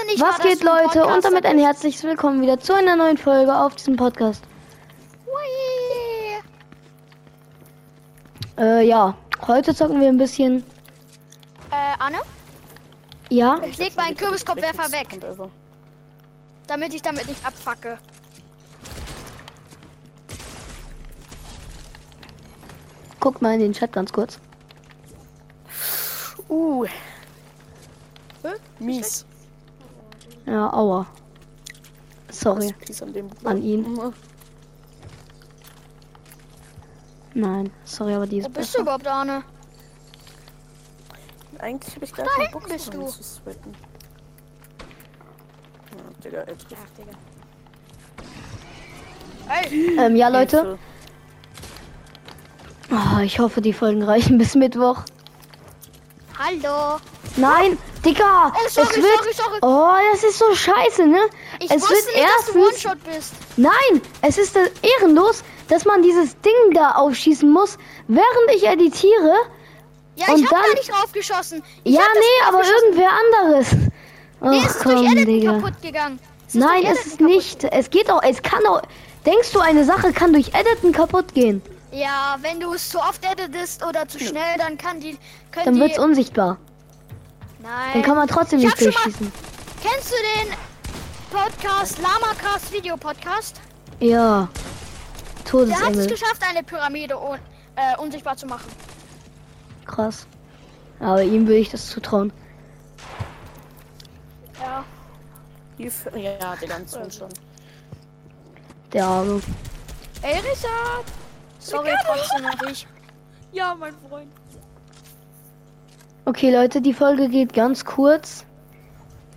Endlich war Was das geht, ein Leute? Podcast. Und damit ein herzliches Willkommen wieder zu einer neuen Folge auf diesem Podcast. Ui. Äh, ja, heute zocken wir ein bisschen. Äh, Anne, Ja, ich leg meinen Kürbiskopfwerfer weg, also. damit ich damit nicht abfacke. guckt mal in den Chat ganz kurz. Uh. Mies. Ja, aua. Sorry. Mies an dem Bruder. An ihn. Nein, sorry, aber die Wo ist bist du besser. überhaupt, Arne? Eigentlich habe ich gar Da keinen hinten Bock, bist noch du. zu sweaten. Ja, Digga, jetzt ruft Hilfe. Ey, Ähm, ja, Leute. Oh, ich hoffe, die Folgen reichen bis Mittwoch. hallo. Nein, Digga! Oh, sorry, es wird... sorry, sorry. Oh, das ist so scheiße, ne? Ich es wusste wird nicht, dass du erstens. One-Shot bist. Nein, es ist äh, ehrenlos, dass man dieses Ding da aufschießen muss, während ich editiere. Ja, Und ich hab dann- da nicht drauf geschossen. Ich Ja, hab das nee, aber draufgeschossen. irgendwer anderes. Nee, Ach es ist durch komm, Editen Digga. kaputt gegangen. Es ist Nein, durch Editen es ist kaputt. nicht. Es geht auch, es kann auch. Denkst du, eine Sache kann durch Editen kaputt gehen? Ja, wenn du es zu oft editest oder zu schnell, dann kann die. Können Dann die, wird's unsichtbar. Nein. Dann kann man trotzdem Ich nicht hab schon mal- durchschießen. Kennst du den Podcast Lamacast Video Podcast? Der Ja. hat es Todesengel. geschafft, eine Pyramide un äh, unsichtbar zu machen. Krass. Aber ihm will ich das zutrauen. Ja. Hilfe. Ja, der ganze Umstand. Der Arme. Ey, Richard! Sorry, trotzdem noch ich. Ja, mein Freund. Okay, Leute, die Folge geht ganz kurz.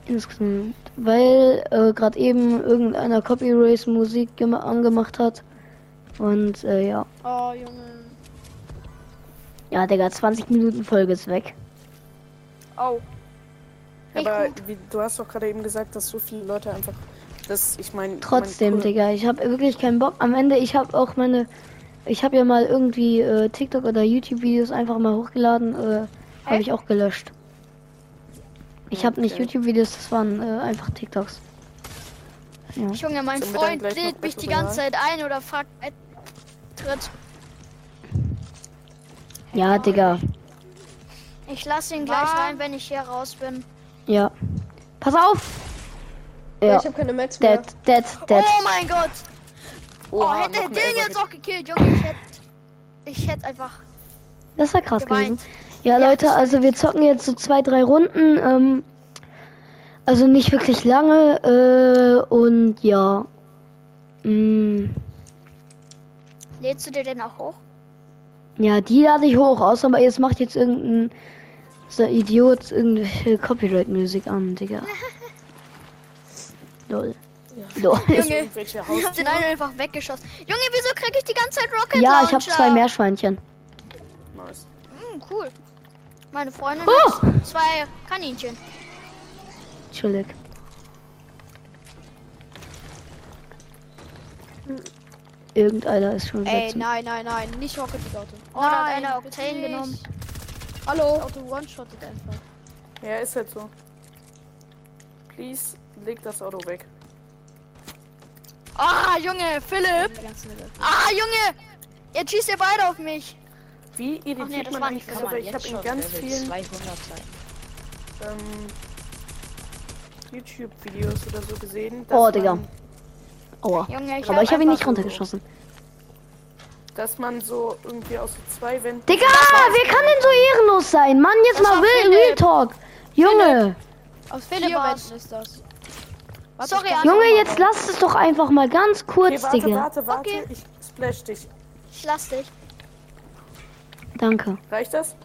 Insgesamt. Weil äh, gerade eben irgendeiner Copyrace Musik gema- angemacht hat. Und äh, ja. Oh, Junge. Ja, Digga, 20 Minuten Folge ist weg. Oh. Nicht Aber gut. wie, du hast doch gerade eben gesagt, dass so viele Leute einfach. Das, ich meine. Trotzdem, mein, Bruder- Digga, ich habe wirklich keinen Bock. Am Ende, ich habe auch meine. Ich habe ja mal irgendwie äh, TikTok oder YouTube-Videos einfach mal hochgeladen. Äh, habe ich auch gelöscht. Ich habe nicht Okay. YouTube-Videos, das waren äh, einfach TikToks. Junge, mein Sollen wir dann Freund gleich noch lädt mich was die ganze sagen? Zeit ein oder fragt. Äh, tritt. Ja, Digga. Ich lass ihn gleich rein, wenn ich hier raus bin. Ja. Pass auf! Ja. Ich habe keine Mats Dead, mehr. dead, dead. Oh mein Gott! Oh, Oha, hätte noch er ein den Elfer jetzt auch gekillt, Junge, ich hätte. Ich hätte einfach. Das war krass gewesen. Geweint. Ja, Ja, Leute, das- also wir zocken jetzt so zwei, drei Runden. Ähm, also nicht wirklich lange. Äh, und ja. Mm, Lädst du dir den auch hoch? ja, die lade ich hoch. Außer aber jetzt macht jetzt irgendein so ein Idiot irgendwelche Copyright-Musik an, Digga. Lol. Lol. Junge. Irgendwelche Ich hab den einen einfach weggeschossen. Junge, wieso krieg ich die ganze Zeit Rocket Ja, Launcher? ich habe zwei Meerschweinchen. Hausmaus. Hm, cool. Meine Freundin Oh! hat zwei Kaninchen. Entschuldig. Irgendeiner ist schon wieder Ey, zu- nein, nein, nein, nicht Rocket League Auto. Oh, da hat einer Octane bitte genommen. nicht. Hallo. Auto one-shottet einfach. Ja, ist halt so. Please, leg das Auto weg. Ah, Junge, Philipp. Die ganzen Leute. Ah, Junge. Jetzt schießt ihr beide auf mich. Wie Ach nee, irritiert das man war eigentlich nicht das? Aber ich habe in ganz vielen 200 sein. ähm, YouTube-Videos oder so gesehen. Oh, man- Digga. Aua. Junge, ich Aber ich habe ihn einfach nicht so- runtergeschossen. dass man so irgendwie aus so zwei Wänden. Digga, wer kann denn so ehrenlos sein? Mann, jetzt Das mal war Real, Philipp. Real Talk. Junge, Aus vier war's. Wänden ist das. Sorry, ich kann- Anna. Junge, jetzt lasst es doch einfach mal ganz Okay, kurz, warte, Digga. warte, warte, Okay. ich splash dich. Ich lass dich. Danke. Reicht das?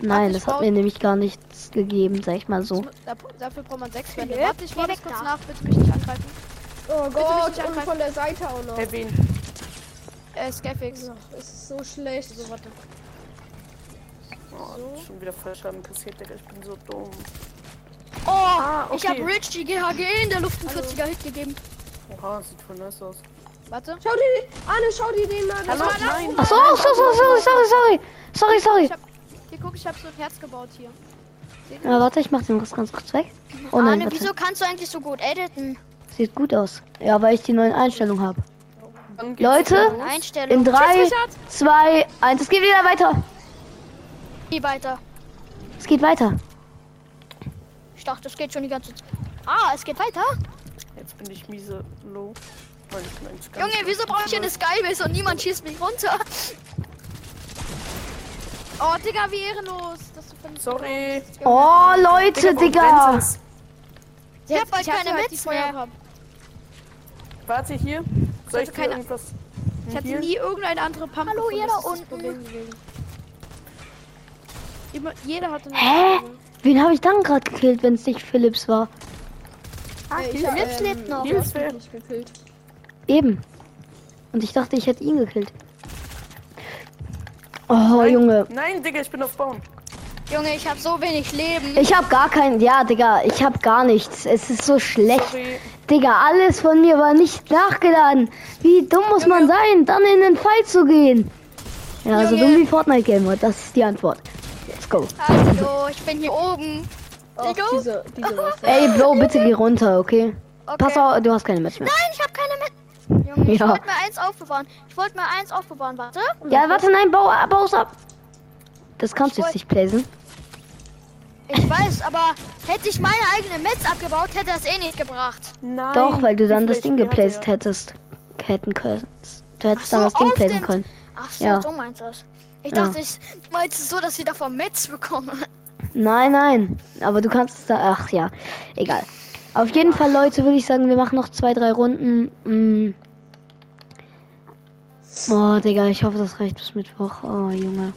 Nein, ich das hat brauch- mir nämlich gar nichts gegeben, sag ich mal so. Da, dafür braucht man sechs Wände. Philipp, Warte, ich geh mach das weg kurz da. nach. Bitte mich nicht angreifen. Oh Gott, Gott, und und von der Seite auch noch. Erwähn. Äh, Scafix. Es ist so schlecht. So, warte. Oh, schon wieder Vollschaden kassiert, Digga, ich bin so dumm. Oh, Ah, ich hab okay. Rich die GHG in der Luft Also- einen 40er Hit gegeben. Oha, sieht voll nice aus. Warte. Schau dir den, Anne, schau dir den mal an. Hallo, nein! Ach so, ach so, so, sorry, sorry, sorry. Sorry, sorry. Hier guck, ich hab so ein Herz gebaut hier. Ja, Ah, warte, ich mach den Rest ganz kurz weg. Oh nein, Arne, warte. wieso kannst du eigentlich so gut editen? Sieht gut aus. Ja, weil ich die neuen Einstellungen habe. Dann geht's Leute, los. in Einstellung. 3, Richard. 2, 1. Es geht wieder weiter. Geh weiter. Es geht weiter. Ich dachte, es geht schon die ganze Zeit. Ah, es geht weiter. Jetzt bin ich miese low. Weil ich mein Skype- Junge, wieso brauche ich hier eine Skybase und niemand schießt mich runter? Oh, Digga, wie ehrenlos. Das ist von Sorry. Oh, Leute, warum brennt Digga. es? Ich hab bald Ich hasse keine halt die Metz mehr. Warte hier. Soll ich dir keine- irgendwas? Ich hatte hier? nie irgendeine andere Pump. Hallo, gefunden, ihr das da ist das unten. Problem gewesen. Immer, jeder hatte eine Hä? andere. Wen habe ich dann gerade gekillt, wenn es nicht Philips war? Ah, ich Hilfe. hab, Äh, Philips lebt noch. Hilfe. Oh, nicht gekillt. Eben. Und ich dachte, ich hätte ihn gekillt. Oh, Junge. Nein, Digga, ich bin auf Baum. Junge, ich habe so wenig Leben. Ich habe gar keinen. Ja, Digga, ich habe gar nichts. Es ist so schlecht. Sorry. Digga, alles von mir war nicht nachgeladen. Wie dumm muss man sein, dann in den Fight zu gehen? Ja, also dumm wie Fortnite Gamer, das ist die Antwort. Let's go. Hallo, Also, ich bin hier oben. Ach, Digga. diese, diese Waffe. Ey, Bro, bitte geh runter, okay? Okay. Pass auf, du hast keine Match mehr. Nein, ich habe keine Metz. Junge, ich Ja. wollte mir eins aufbewahren. Ich wollte mir eins aufbewahren, warte. Ja, warte, nein, bau, ah, bau's ab. Das kannst du Ich jetzt nicht plaisen. Ich weiß, aber hätte ich meine eigene Metz abgebaut, hätte das eh nicht gebracht. Nein. Doch, weil du dann wie das schlecht Ding mir hat geplaced er. hättest. Hätten können. Du hättest so, dann das Ding auf placen den- können. Ach so, Ja. so meinst du das. Ich Ja. dachte, ich meinte es so, dass ich davon Metz bekomme. Nein, nein. Aber du kannst es da. Ach ja, egal. Auf jeden Fall, Leute, würde ich sagen, wir machen noch zwei, drei Runden. Mm. Oh, Digga, ich hoffe, das reicht bis Mittwoch. Oh, Junge.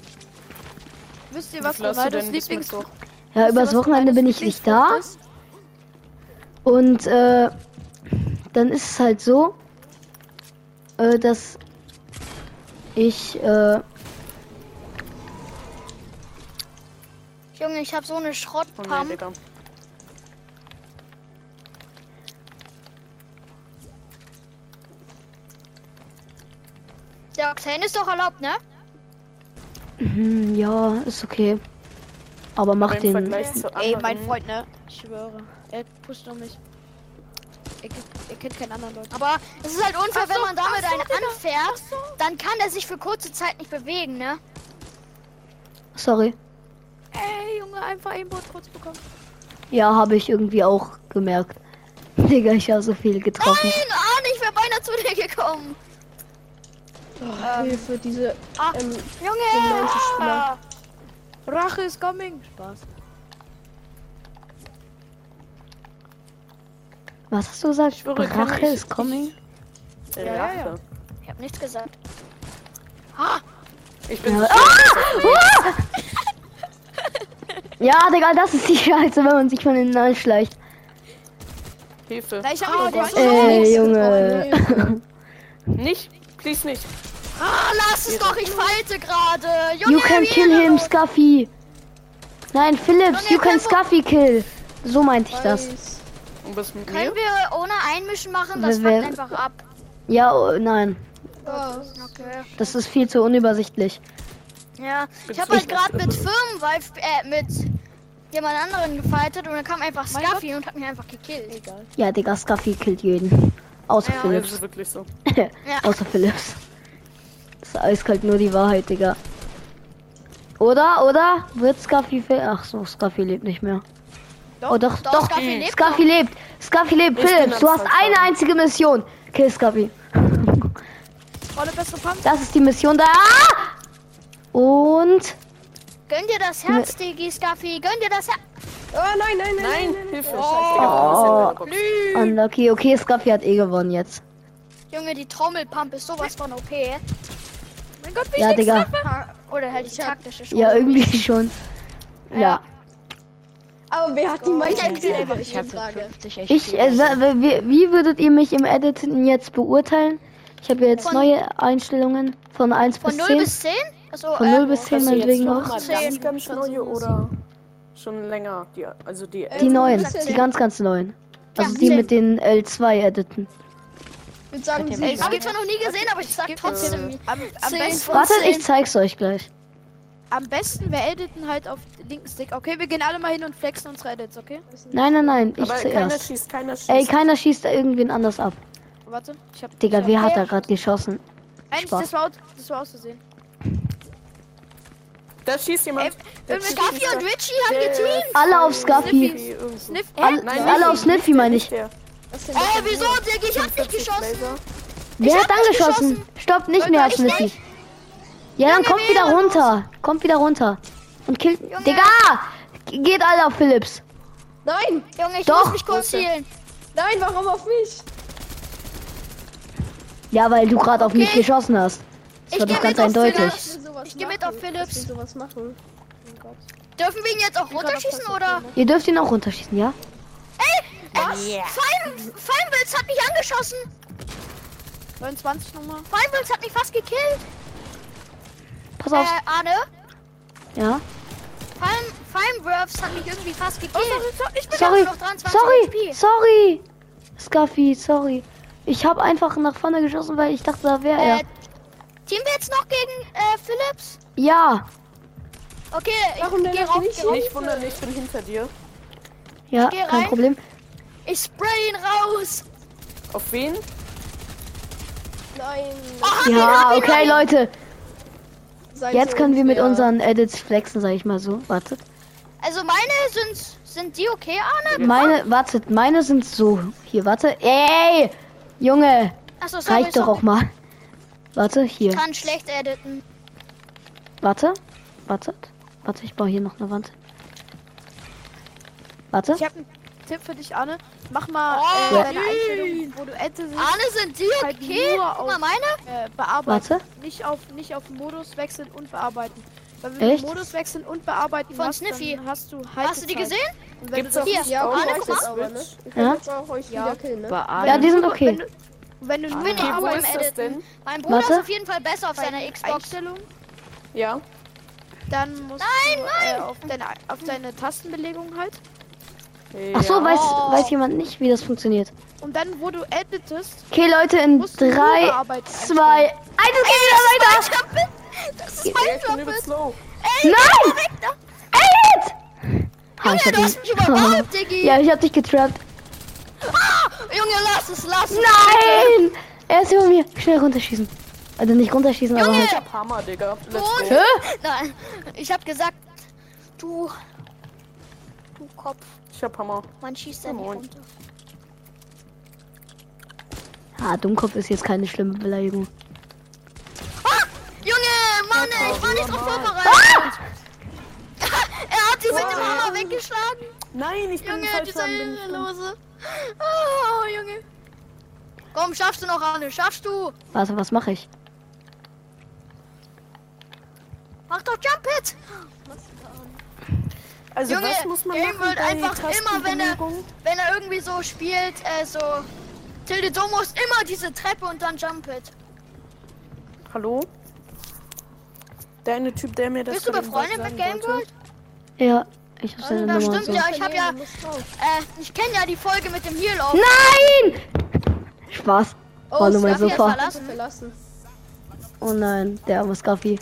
Wisst ihr, Was lässt was du denn Ronaldos bis Lieblings... Mittwoch? Ja, Weißt du, übers was Wochenende Ronaldos bin ich nicht da. Lieblingsfrucht ist? Und äh, dann ist es halt so, äh, dass ich. Äh, Junge, ich habe so eine Oh nein, Schrottpump. Digga. Der Oxane ist doch erlaubt, ne? hm, ja, ist okay. Aber mach Aber im den. Vergleich zu Ey, mein anderen- Freund, ne? Ich schwöre. Er pusht noch mich. Er, kennt- er kennt keinen anderen Leuten. Aber es ist halt unfair, Ach wenn so, man damit ach so, einen anfährt, dann kann er sich für kurze Zeit nicht bewegen, ne? Sorry. Ey, Junge, einfach ein Boot kurz bekommen. Ja, habe ich irgendwie auch gemerkt. Digga, ich habe so viel getroffen. Ah! Nein, Arne, ich wäre beinahe zu dir gekommen. Oh, Hilfe, diese Ah, ähm, Junge! manche Spieler. Rache is coming. Spaß. Was hast du gesagt? schwöre, kann Rache ich- ist coming. Äh, Ja, ja, ja. Rache. Ich hab nichts gesagt. Ich bin Ja. Ah! Ja, Digga, das ist die Scheiße, wenn man sich von innen anschleicht. Hilfe. Na, ich hab oh, der der ist- Ey, Junge. Hilfe. Nicht. Please nicht. Ah, lass es doch, ich falte gerade. Junge, You can wie kill him, ehrenlos. Scuffy. Nein, Philips, Junge, you can Tempo. Scuffy kill. So meinte ich das. Nice. Und was mit mir? Können wir ohne Einmischen machen? Das Wer- fuckt einfach ab. Ja, oh, nein. Ah, Okay. Das ist viel zu unübersichtlich. Ja, ich Findest habe du halt das gerade mit besser? Firmenwife, äh, mit jemand anderen gefightet und dann kam einfach Mein Scuffy und hat mich einfach gekillt. Egal. Ja, Digga, Scuffy killt jeden. Außer Ja. also, Ja, das Philips. ist wirklich so. Ja. Außer Philips. ist eiskalt nur die Wahrheit, Digga. Oder, oder? Wird Scuffy fe- Ach so, Scuffy lebt nicht mehr. oh doch, doch, doch, Scuffy lebt Scuffy lebt. Scuffy lebt. Ich bin Philips, am du hast Verfallen. eine einzige Mission. Kill Scuffy. Oh, eine bessere Pump. Das ist die Mission da. Ah! Und Gönn dir das Herz, Diggi, Scuffy, gönn dir das Herz. Ah, nein, nein, nein. Nein, Hilfe. Oh. Scheiße, Digga, oh. unlucky. Okay, Scuffy hat eh gewonnen jetzt. Junge, die Trommelpump ist sowas von OP. Mein Gott, wie Ja, ich nix Digga. treffe. Oder halt die taktische Schule. Ja, irgendwie schon. Ja. Aber wer Oh, hat die meisten Silber? Ich habe 50 echt. Ich, äh, sa- w- wie, wie würdet ihr mich im Editen jetzt beurteilen? Ich habe ja jetzt Von- neue Einstellungen von 1 Von bis 0 10. bis 10? Also, Von 0 bis 10 Hast du jetzt meinetwegen noch auch. mal Zehn. ganz, ganz neue oder schon länger? Die, also die Die Jetzt neuen, noch ein die bisschen. ganz, ganz neuen. Also Ja, die zehn. mit den L2-Editen. Ich würde sagen, Äh, Ey, das Silber. habe ich zwar noch nie gesehen, aber ich sag halt trotzdem. Am, am Zehn. besten. Von Wartet, zehn. ich zeig's euch gleich. am besten, wir editen halt auf den linken Stick. Okay, wir gehen alle mal hin und flexen unsere Edits, okay? Nein, nein, nein, ich Aber keiner zuerst. schießt, keiner schießt. Ey, keiner schießt da irgendwen anders ab. Warte, ich hab. Digga, ich wer hab- hat da gerade geschossen? Eigentlich, Spaß. das war, aus- das war auszusehen. da schießt jemand. Ey, Der irgendwie schießt Gaffi da. und Richie haben Der- geteamt. Alle auf Scaffi. Sniffy irgendwo. Sniff, hä? Alle, Nein, alle nicht auf Sniffy meine ich. Der. Was denn? Ey, Äh, wieso, Digga? Ich hab nicht 45 geschossen. Laser. Wer hab hat nicht angeschossen? Stopp, nicht mehr auf ich Sniffy. Ja, dann kommt wieder runter. Kommt wieder runter. Und killt. Digga! Ge- Geht alle auf Philips. Nein, Junge, ich Doch. muss mich kurz healen. nein, warum auf mich? Ja, weil du gerade auf mich geschossen hast. Das Ich war geh doch ganz mit auf eindeutig. Philips. Ich will sowas Ich geh mit machen. auf Philips. Ich will sowas machen. Dürfen wir ihn jetzt auch runterschießen oder? Ihr dürft ihn auch runterschießen, ja? Was? Yeah. Feinwills hat mich angeschossen. ne? 29 nochmal. Feinwills hat mich fast gekillt. Pass Äh, auf. Arne? Äh, Ja. Feinwills hat mich irgendwie fast gekillt. ich bin Sorry. jetzt noch dran, 20 Sorry. HP. Sorry. Scuffy, sorry. Ich habe einfach nach vorne geschossen, weil ich dachte, da wäre er. Äh, Team wir jetzt noch gegen äh, Philips? Ja. Okay, Warum ich denn geh noch rauf. nicht? Nicht wundern, ich bin hinter dir. Ja, geh kein rein. Problem. Ich spray ihn raus. Auf wen? Nein, Ja, okay, Leute. seid Also, Jetzt so können wir mit unfair. unseren Edits flexen, sag ich mal so. Wartet. Also meine sind sind die okay, Arne? Meine, wartet, meine sind so. Hier, warte. Ey! Junge, Achso, sorry, reicht sorry. doch auch mal. Warte, hier. Kann schlecht editen. Warte. Wartet. Warte, ich baue hier noch eine Wand. hin. Warte. Ich habe einen Tipp für dich, Anne. Mach mal Oh, äh, deine nein. Ah. Einstellung, wo du Edits Arne sind die Halt okay? nur Guck mal auf- meine. äh, bearbeiten. Warte. Nicht auf nicht auf Modus wechseln und bearbeiten. Weil wenn Echt? du Modus wechseln und bearbeiten Von machst, Sniffy. dann hast du halt Hast du die gesehen? Und wenn Gibt's du auf das Hier, Ja, Arne, okay, reicht guck mal. jetzt aber, ne? Ich Ja? kann jetzt auch euch Ja. wieder killen, ne? bearbeiten. Ja, die sind wenn du- okay. Wenn du, wenn du Ich bin nur nicht wo gut beim ist das Editen. denn? Mein Bruder ist Warte. auf jeden Fall besser auf seiner Xbox. Einstellung, Ja. dann musst Nein, du nein. Äh, auf, deine, auf deine Tastenbelegung halt. Ach so, ja. weiß, Oh. weiß jemand nicht, wie das funktioniert. Und dann, wo du editest, Okay, Leute, in musst du nur 3, bearbeiten. 2, 1, es geht wieder weiter. Das ist Ja, mein ich bin übel Floppel. slow. Nein! Edit! Ha, ich Junge, hab du hast mich überrascht, ihn. Diggi. Ja, ich hab dich getrappt. Junge, lass es, lass es. Nein! Er ist über mir. Schnell runterschießen. Also nicht runterschießen, aber Junge! halt. Ich hab Hammer, Digga. Let's Und- go. Hä? Nein, ich hab gesagt, du. Du Kopf, Ich hab Hammer. man schießt ja nicht Moin. runter. Ah, Dummkopf ist jetzt keine schlimme Beleidigung. Ah! Junge, Mann, ey, ich war nicht drauf vorbereitet. er hat sie mit dem Hammer weggeschlagen. Nein, ich bin Junge, falsch dieser dran. bin ich dran. Lose. Oh, Junge. Komm, schaffst du noch, Arne, schaffst du. Warte, was mache ich? Mach doch Jump Hit. Also Junge, was muss man Game machen wird bei einfach immer, wenn er- Tastenbelegung? Wenn er irgendwie so spielt, äh, so. Tilde, du musst immer diese Treppe und dann Jump Hit. Hallo? Der eine Typ, der mir das Bist du gerade eben befreundet sagen mit Game wollte. World? Ja, ich hab seine das Nummer und Ah, stimmt so. ja, ich hab ja. Äh, ich kenne ja die Folge mit dem Heal auf. Nein! Spaß. War nur mein Oh, Scruffy hat Sofa. verlassen. Verlassen. Oh nein, der arme Scaffi.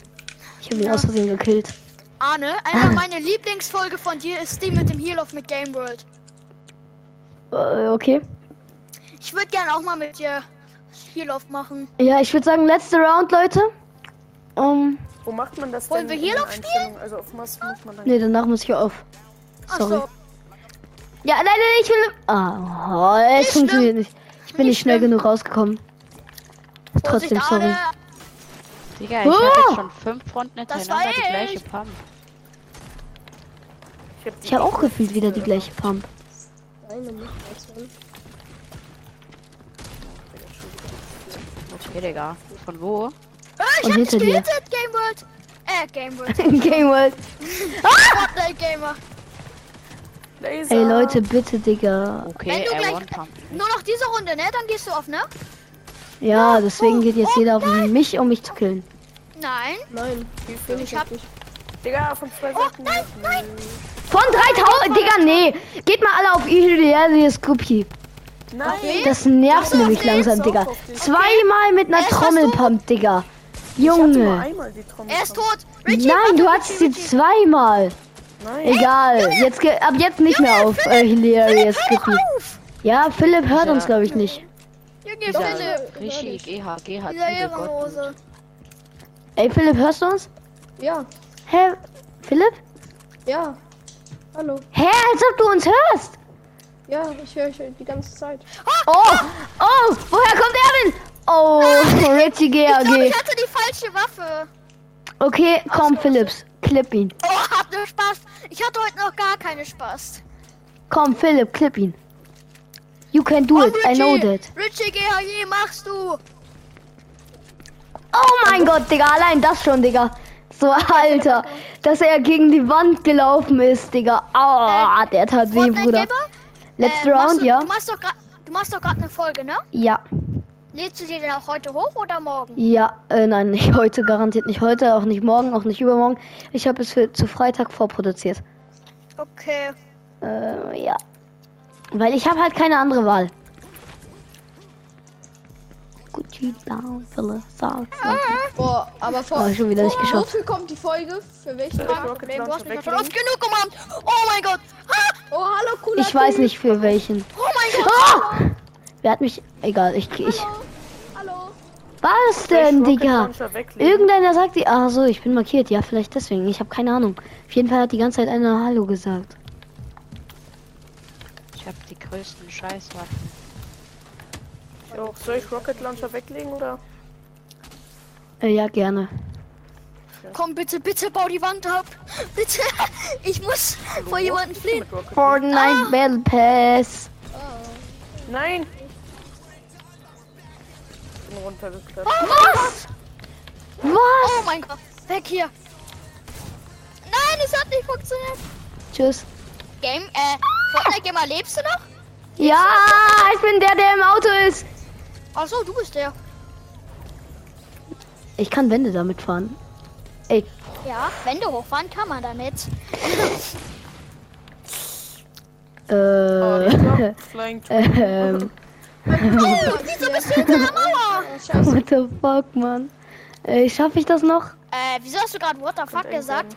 Ich hab ihn aus Versehen gekillt. Arne, Ah. einfach meine Lieblingsfolge von dir ist die mit dem Heal auf mit Game World. Äh, okay. Ich würde gerne auch mal mit dir Heal auf machen. Ja, ich würde sagen, letzte Round, Leute. Um, Wo macht man das Wollen denn? wir hier in den noch spielen? Einstellungen? Also auf was muss man dann... nee, danach muss ich ja auf. Sorry. Achso, Ja, nein, nein, ich will. Ah, oh, es Nicht funktioniert nicht. Ich bin Nicht nicht schnell schlimm. genug rausgekommen. Trotzdem, sorry. Arne. Digga, ich hab jetzt schon fünf Fronten Ah! Das hintereinander war die ich. gleiche Pump. die- Ich habe auch gefühlt wieder die gleiche Pump. Deine Mutter. Okay, Digga. Von wo? Ah, ich Und hab dich hinter dir. gehittet, Game World. Äh, Game World. Game World. Fortnite Gamer. Laser. Ey, Leute, bitte, Digga. Okay, Wenn du er gleich- one pump. Nur noch diese Runde, ne? Dann gehst du auf, ne? Ja, deswegen geht jetzt jeder auf mich, um mich zu killen. Nein. Nein, Ich hab. Digga, von zwei Seiten. Oh, Nein, nein. Von 3000, Digga, nee. Geht mal alle auf ideale Scoopy. Nein. Das nervt Ach so, nämlich nee, langsam, ist Digga. auch auf dich. Zweimal mit einer Erst hast du- Trommelpump, Digga. Ich hatte nur Junge. einmal die Trommel. Er ist tot. Richie, Nein, warte, du hattest sie Richie, Richie. zweimal. Nein. Egal, jetzt ge- ab jetzt nicht mehr auf äh, Philipp, Hilarious hör Gitti. doch auf. Ja, Philipp hört Ja. uns glaube ich nicht. Junge, Doch, Philipp. hör ich. Richie, GH, GH, Dieser liebe Gott. Ehrenlose. Ey Philipp, hörst du uns? Ja, Hä? Philipp? ja. Hallo. Hä, als ob du uns hörst? Ja, ich höre euch die ganze Zeit. Ah. Oh! Oh! Woher kommt er denn? Oh, Richie Ich glaube, GAG. ich hatte die falsche Waffe. Okay, komm, Philipps. Clip ihn. Oh, hab nur Spaß. Ich hatte heute noch gar keine Spaß. Komm, Philipp, clip ihn. You can do Oh, it, I know that. Richie GHG, machst du. Oh mein Gott, Digga, allein das schon, Digga. So, Alter, dass er gegen die Wand gelaufen ist, Digga. Ah, der tat weh, Fortnite Bruder. Gamer? Letzte Äh, machst Round, du, ja? Du machst doch grad, du machst doch gerade eine Folge, ne? Ja, Lädst du die denn auch heute hoch oder morgen? ja, äh, nein, nicht heute, garantiert nicht heute, auch nicht morgen, auch nicht übermorgen. Ich habe es für zu Freitag vorproduziert. Okay. Äh, ja. Weil ich habe halt keine andere Wahl. Gucci down, Philipp, Sau, Sau. Boah, aber vor. Oh, schon wieder nicht vor- geschafft. Wofür kommt die Folge? Für welchen Kein Tag? Äh, Rocket Problem, du hast Launcher mich doch weg. schon oft genug gemacht. Oh mein Gott. Ah, Oh, hallo, cooler Ich weiß nicht für welchen. oh mein Gott. Ah! Wer hat mich. Egal, ich. ich Hallo. was Soll ich denn, Rocket Digga? Launcher weglegen? Irgendeiner sagt die. Ach so, ich bin markiert. Ja, vielleicht deswegen. Ich habe keine Ahnung. Auf jeden Fall hat die ganze Zeit einer Hallo gesagt. Ich hab die größten Scheißwaffen. Jo, soll ich Rocket Launcher weglegen oder? Äh, ja, gerne. Komm bitte, bitte bau die Wand ab. Bitte. Ich muss vor jemanden fliehen. Mit Rocket Launcher. Fortnite Battle Pass. Nein! Ich bin runtergeklatscht. Was? Was? Oh mein Gott. Weg hier. Nein, es hat nicht funktioniert. Tschüss. Game, äh, Fortnite Gamer, lebst du noch? Ja, ich bin der, der im Auto ist. Ach so, Also, du bist der. Ich kann Wände damit fahren. Ey, Ja, Wände hochfahren kann man damit. äh. Oh, Flying Tree. ähm. Oh, wieso bist du hinter der Mauer? What the fuck, Mann? Äh, schaffe ich das noch? Äh, wieso hast du gerade What the fuck gesagt?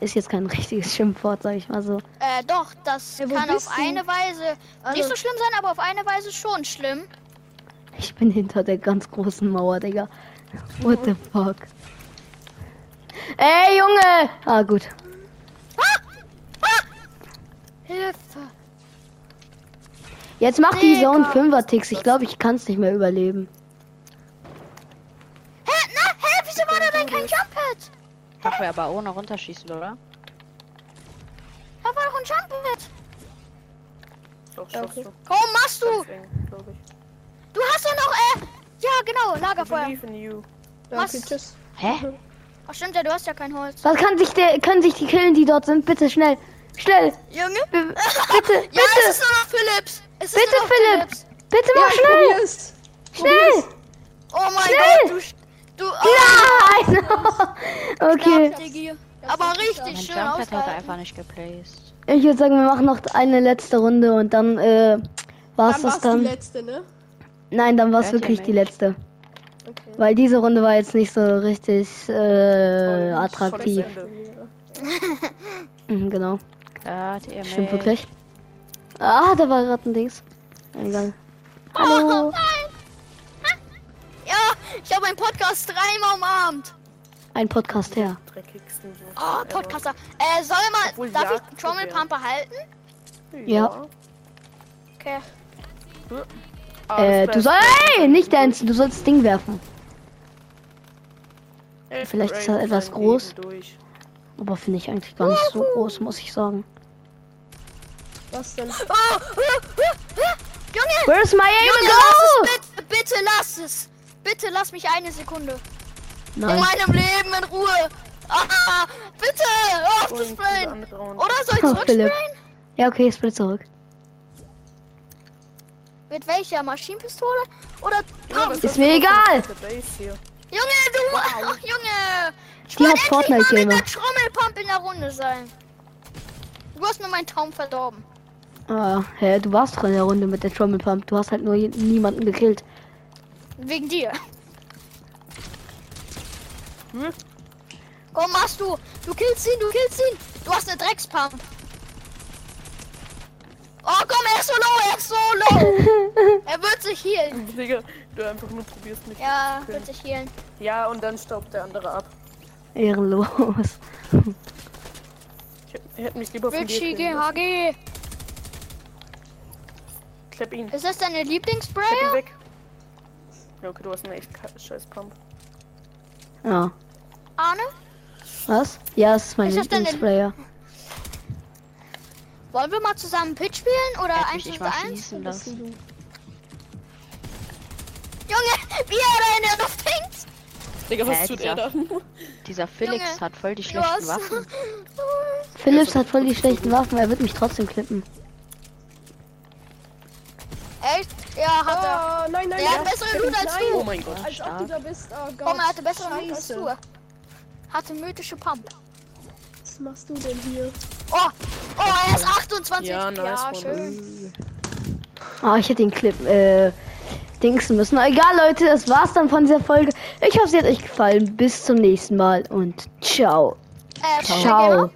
Ist jetzt kein richtiges Schimpfwort, sag ich mal so. Äh, doch, das Hey, wo kann bist auf du? eine Weise also nicht so schlimm sein, aber auf eine Weise schon schlimm. Ich bin hinter der ganz großen Mauer, Digga. What the fuck? Ey, Junge! Ah, gut. Ah! Hilfe. Jetzt mach die Digga. Zone 5er Ticks. Ich glaube, ich kann es nicht mehr überleben. Hä, na, hä, wieso war da denn kein Jump-Hit? Darf wir aber ohne runterschießen, oder? Da war doch ein Jump-Hit. Doch, schaffst du. Komm, machst du. Deswegen, glaub ich. Du hast doch noch, äh, ja, genau, Lagerfeuer. Believe in you. Ja, Was? okay, tschüss. Hä? Ach, stimmt ja, du hast ja kein Holz. Was kann sich der, können sich die killen, die dort sind? Bitte schnell! Schnell! Junge? B bitte! Ja, bitte! es ist nur noch Philips. Es ist Bitte, nur noch Philipp. Philips. Bitte mach ich schnell! probier's. Schnell! Oh mein Schnell. Gott, du, sch- du, oh, Nein! Ah, okay. Digi. Aber richtig Mein schön Jumphead hat er ausgehalten. einfach nicht geplaced. Ich würde sagen, wir machen noch eine letzte Runde und dann, äh, Dann war's das war's die dann. letzte, ne? Nein, dann war es Hört ihr wirklich die mich? letzte. Okay. Weil diese Runde war jetzt nicht so richtig äh, attraktiv. Volles Ende. Mhm, genau, Hört ihr stimmt mich? wirklich. Ah, da war gerade ein Dings. Egal. Hallo. Oh Ja, ich habe meinen Podcast dreimal umarmt. Ein Podcast her. Dreckigsten Sohn Oh, ever. Podcaster. Äh, soll mal, Obwohl, darf ja, ich Trommel probieren. Pump behalten? Ja. Okay. Hm? Äh, du sollst. Ey, nicht dancen, du sollst das Ding werfen. Alles vielleicht ist er Great etwas sein groß. Leben durch. Aber finde ich eigentlich gar nicht so groß, muss ich sagen. Was denn? Oh, uh, uh, uh, Junge, Where's my Junge, lass aim es bitte, bitte lass es. Bitte lass mich eine Sekunde. and go? In Nein. meinem Leben in Ruhe. Ah, bitte, hör auf zu Und diese sprayen. andere und- Oder soll ich Oh, Philipp. zurücksprayen? Ja, okay, ich split zurück. Mit welcher Maschinenpistole? Oder Ja, was Pump? Ist mir egal! der Base hier? Junge, du, ach, Junge. Ich Die wollte endlich hat mal Fortnite mit Gamer. der Trommelpump in der Runde sein. Du hast mir meinen Traum verdorben. Ah, hä, du warst doch in der Runde mit der Trommel Pump. Du hast halt nur je- niemanden gekillt. Wegen dir. Hm? Komm, machst du. Du killst ihn, du killst ihn. Du hast eine Dreckspump. Oh, komm, er ist so low, er ist so low. er wird sich healen. Digga, du einfach nur probierst mich. Ja, zu wird killen. sich healen. ja, und dann staubt der andere ab. Ehrenlos. Ich, ich hätte mich lieber von dir Richie killen lassen. GHG. Klepp ihn. Ist das deine Klepp ihn Lieblingsspray? weg. Ja, okay, du hast eine echt ka- scheiß Pump. Ja. Arne? Was? Ja, es ist mein Ist das denn- Lieblingsplayer. Wollen wir mal zusammen Pitch spielen oder Hätte 1 mich nicht zu mal 1? schießen ne? lassen. Junge, wie er da in der Luft hängt! Digga, was Hä, tut dieser- er da? Dieser Felix Junge, hat voll die Du schlechten hast. Waffen. Philips hat voll die schlechten Waffen, er wird mich trotzdem klippen. Echt? Ja, hat er. Ah, nein, nein, Der hat bessere Loot als nein. du. Oh mein Gott. Als ob du da bist. Oh Gott. Komm, er hatte bessere Hand als Scheiße. du. Hatte mythische Pump. Was machst du denn hier? Oh, oh, er ist 28. Ja, nice one. schön. Ah, ich hätte den Clip, äh, dingsen müssen. Na, Egal, Leute, das war's dann von dieser Folge. Ich hoffe, sie hat euch gefallen. Bis zum nächsten Mal und ciao. Äh, Ciao.